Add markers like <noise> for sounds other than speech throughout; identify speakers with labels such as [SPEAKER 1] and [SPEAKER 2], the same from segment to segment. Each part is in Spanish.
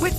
[SPEAKER 1] With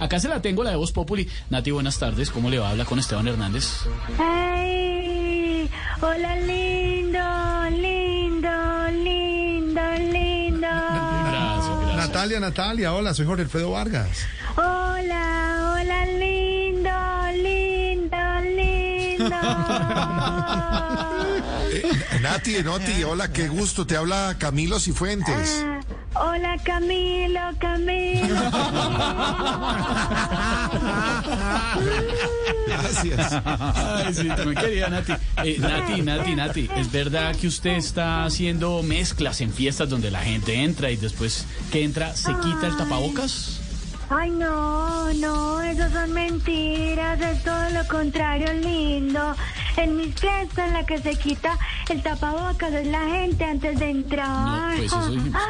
[SPEAKER 2] Acá se la tengo la de Voz Populi. Nati, buenas tardes. ¿Cómo le va? Habla con Esteban Hernández.
[SPEAKER 3] ¡Ay! ¡Hola, lindo, lindo, lindo, lindo!
[SPEAKER 2] Gracias, gracias.
[SPEAKER 4] Natalia, Natalia, hola, soy Jorge Alfredo Vargas.
[SPEAKER 3] ¡Hola, hola, lindo, lindo, lindo! Ah,
[SPEAKER 5] Nati, Noti, hola, qué gusto. Te habla Camilo Cifuentes.
[SPEAKER 3] ¡Hola, Camilo, Camilo!
[SPEAKER 5] Gracias.
[SPEAKER 2] <laughs> Ay, sí, también quería Nati. Eh, Nati, Nati, Nati, ¿es verdad que usted está haciendo mezclas en fiestas donde la gente entra y después que entra se quita el tapabocas?
[SPEAKER 3] ¡Ay, no, no! Esas son mentiras, es todo lo contrario, lindo. En mis fiestas, la que se quita el tapabocas es la gente antes de entrar. Ah,
[SPEAKER 2] No, pues, eso
[SPEAKER 3] <laughs>
[SPEAKER 2] dijimos.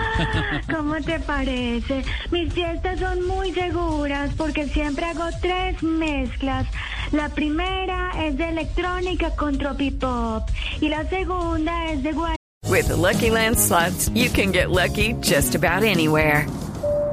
[SPEAKER 3] ¿Cómo te parece? Mis fiestas son muy seguras porque siempre hago tres mezclas. La primera es de electrónica con tropipop y la segunda es de guay.
[SPEAKER 1] With Lucky Land slots, you can get lucky just about anywhere.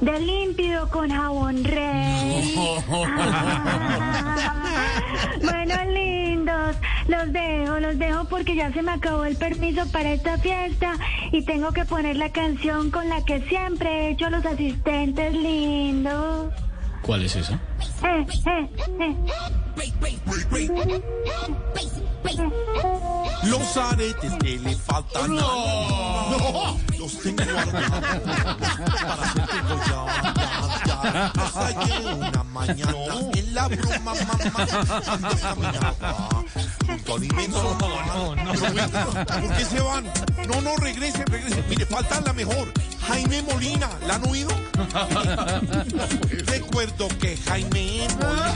[SPEAKER 3] de límpido con jabón rey. Ah. Bueno, lindos, los dejo, los dejo porque ya se me acabó el permiso para esta fiesta y tengo que poner la canción con la que siempre he hecho a los asistentes lindos.
[SPEAKER 2] ¿Cuál es esa?
[SPEAKER 3] Eh, eh, eh. eh,
[SPEAKER 6] Los aretes que le faltan. No, los tengo guardados para hacerte guayabada. Hasta que una mañana en la bruma, mamá, ando caminaba junto al inmenso mar. Pero venga, ¿Por qué se van? No, no, regresen, regresen. Mire, falta la mejor. Jaime Molina, ¿la han oído? Recuerdo que Jaime Molina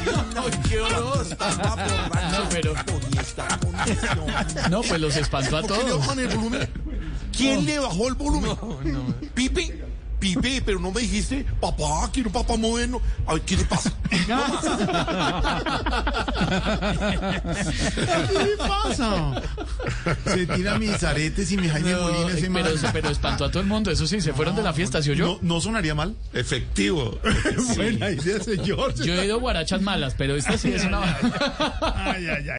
[SPEAKER 6] estaba borracho
[SPEAKER 2] pero-
[SPEAKER 6] con esta condición.
[SPEAKER 2] No, pues los espantó a
[SPEAKER 6] ¿Por qué le
[SPEAKER 2] todos.
[SPEAKER 6] bajan el volumen? ¿Quién le bajó el volumen? Pipe, Pipe, pero no me dijiste, papá, quiero papá moderno. A ver, ¿qué le pasa?
[SPEAKER 4] ¿Qué le pasa? Se tira mis aretes y mi Jaime
[SPEAKER 2] No,
[SPEAKER 4] Molina ese man.
[SPEAKER 2] eh, pero, pero espantó a todo el mundo, eso sí, se fueron de la fiesta, ¿sí
[SPEAKER 4] No,
[SPEAKER 2] oyó?
[SPEAKER 4] no sonaría mal.
[SPEAKER 5] Efectivo.
[SPEAKER 4] <laughs> Buena idea, señor.
[SPEAKER 2] Yo he ido guarachas malas, pero esta sí es una...
[SPEAKER 4] Ay, ay, ay.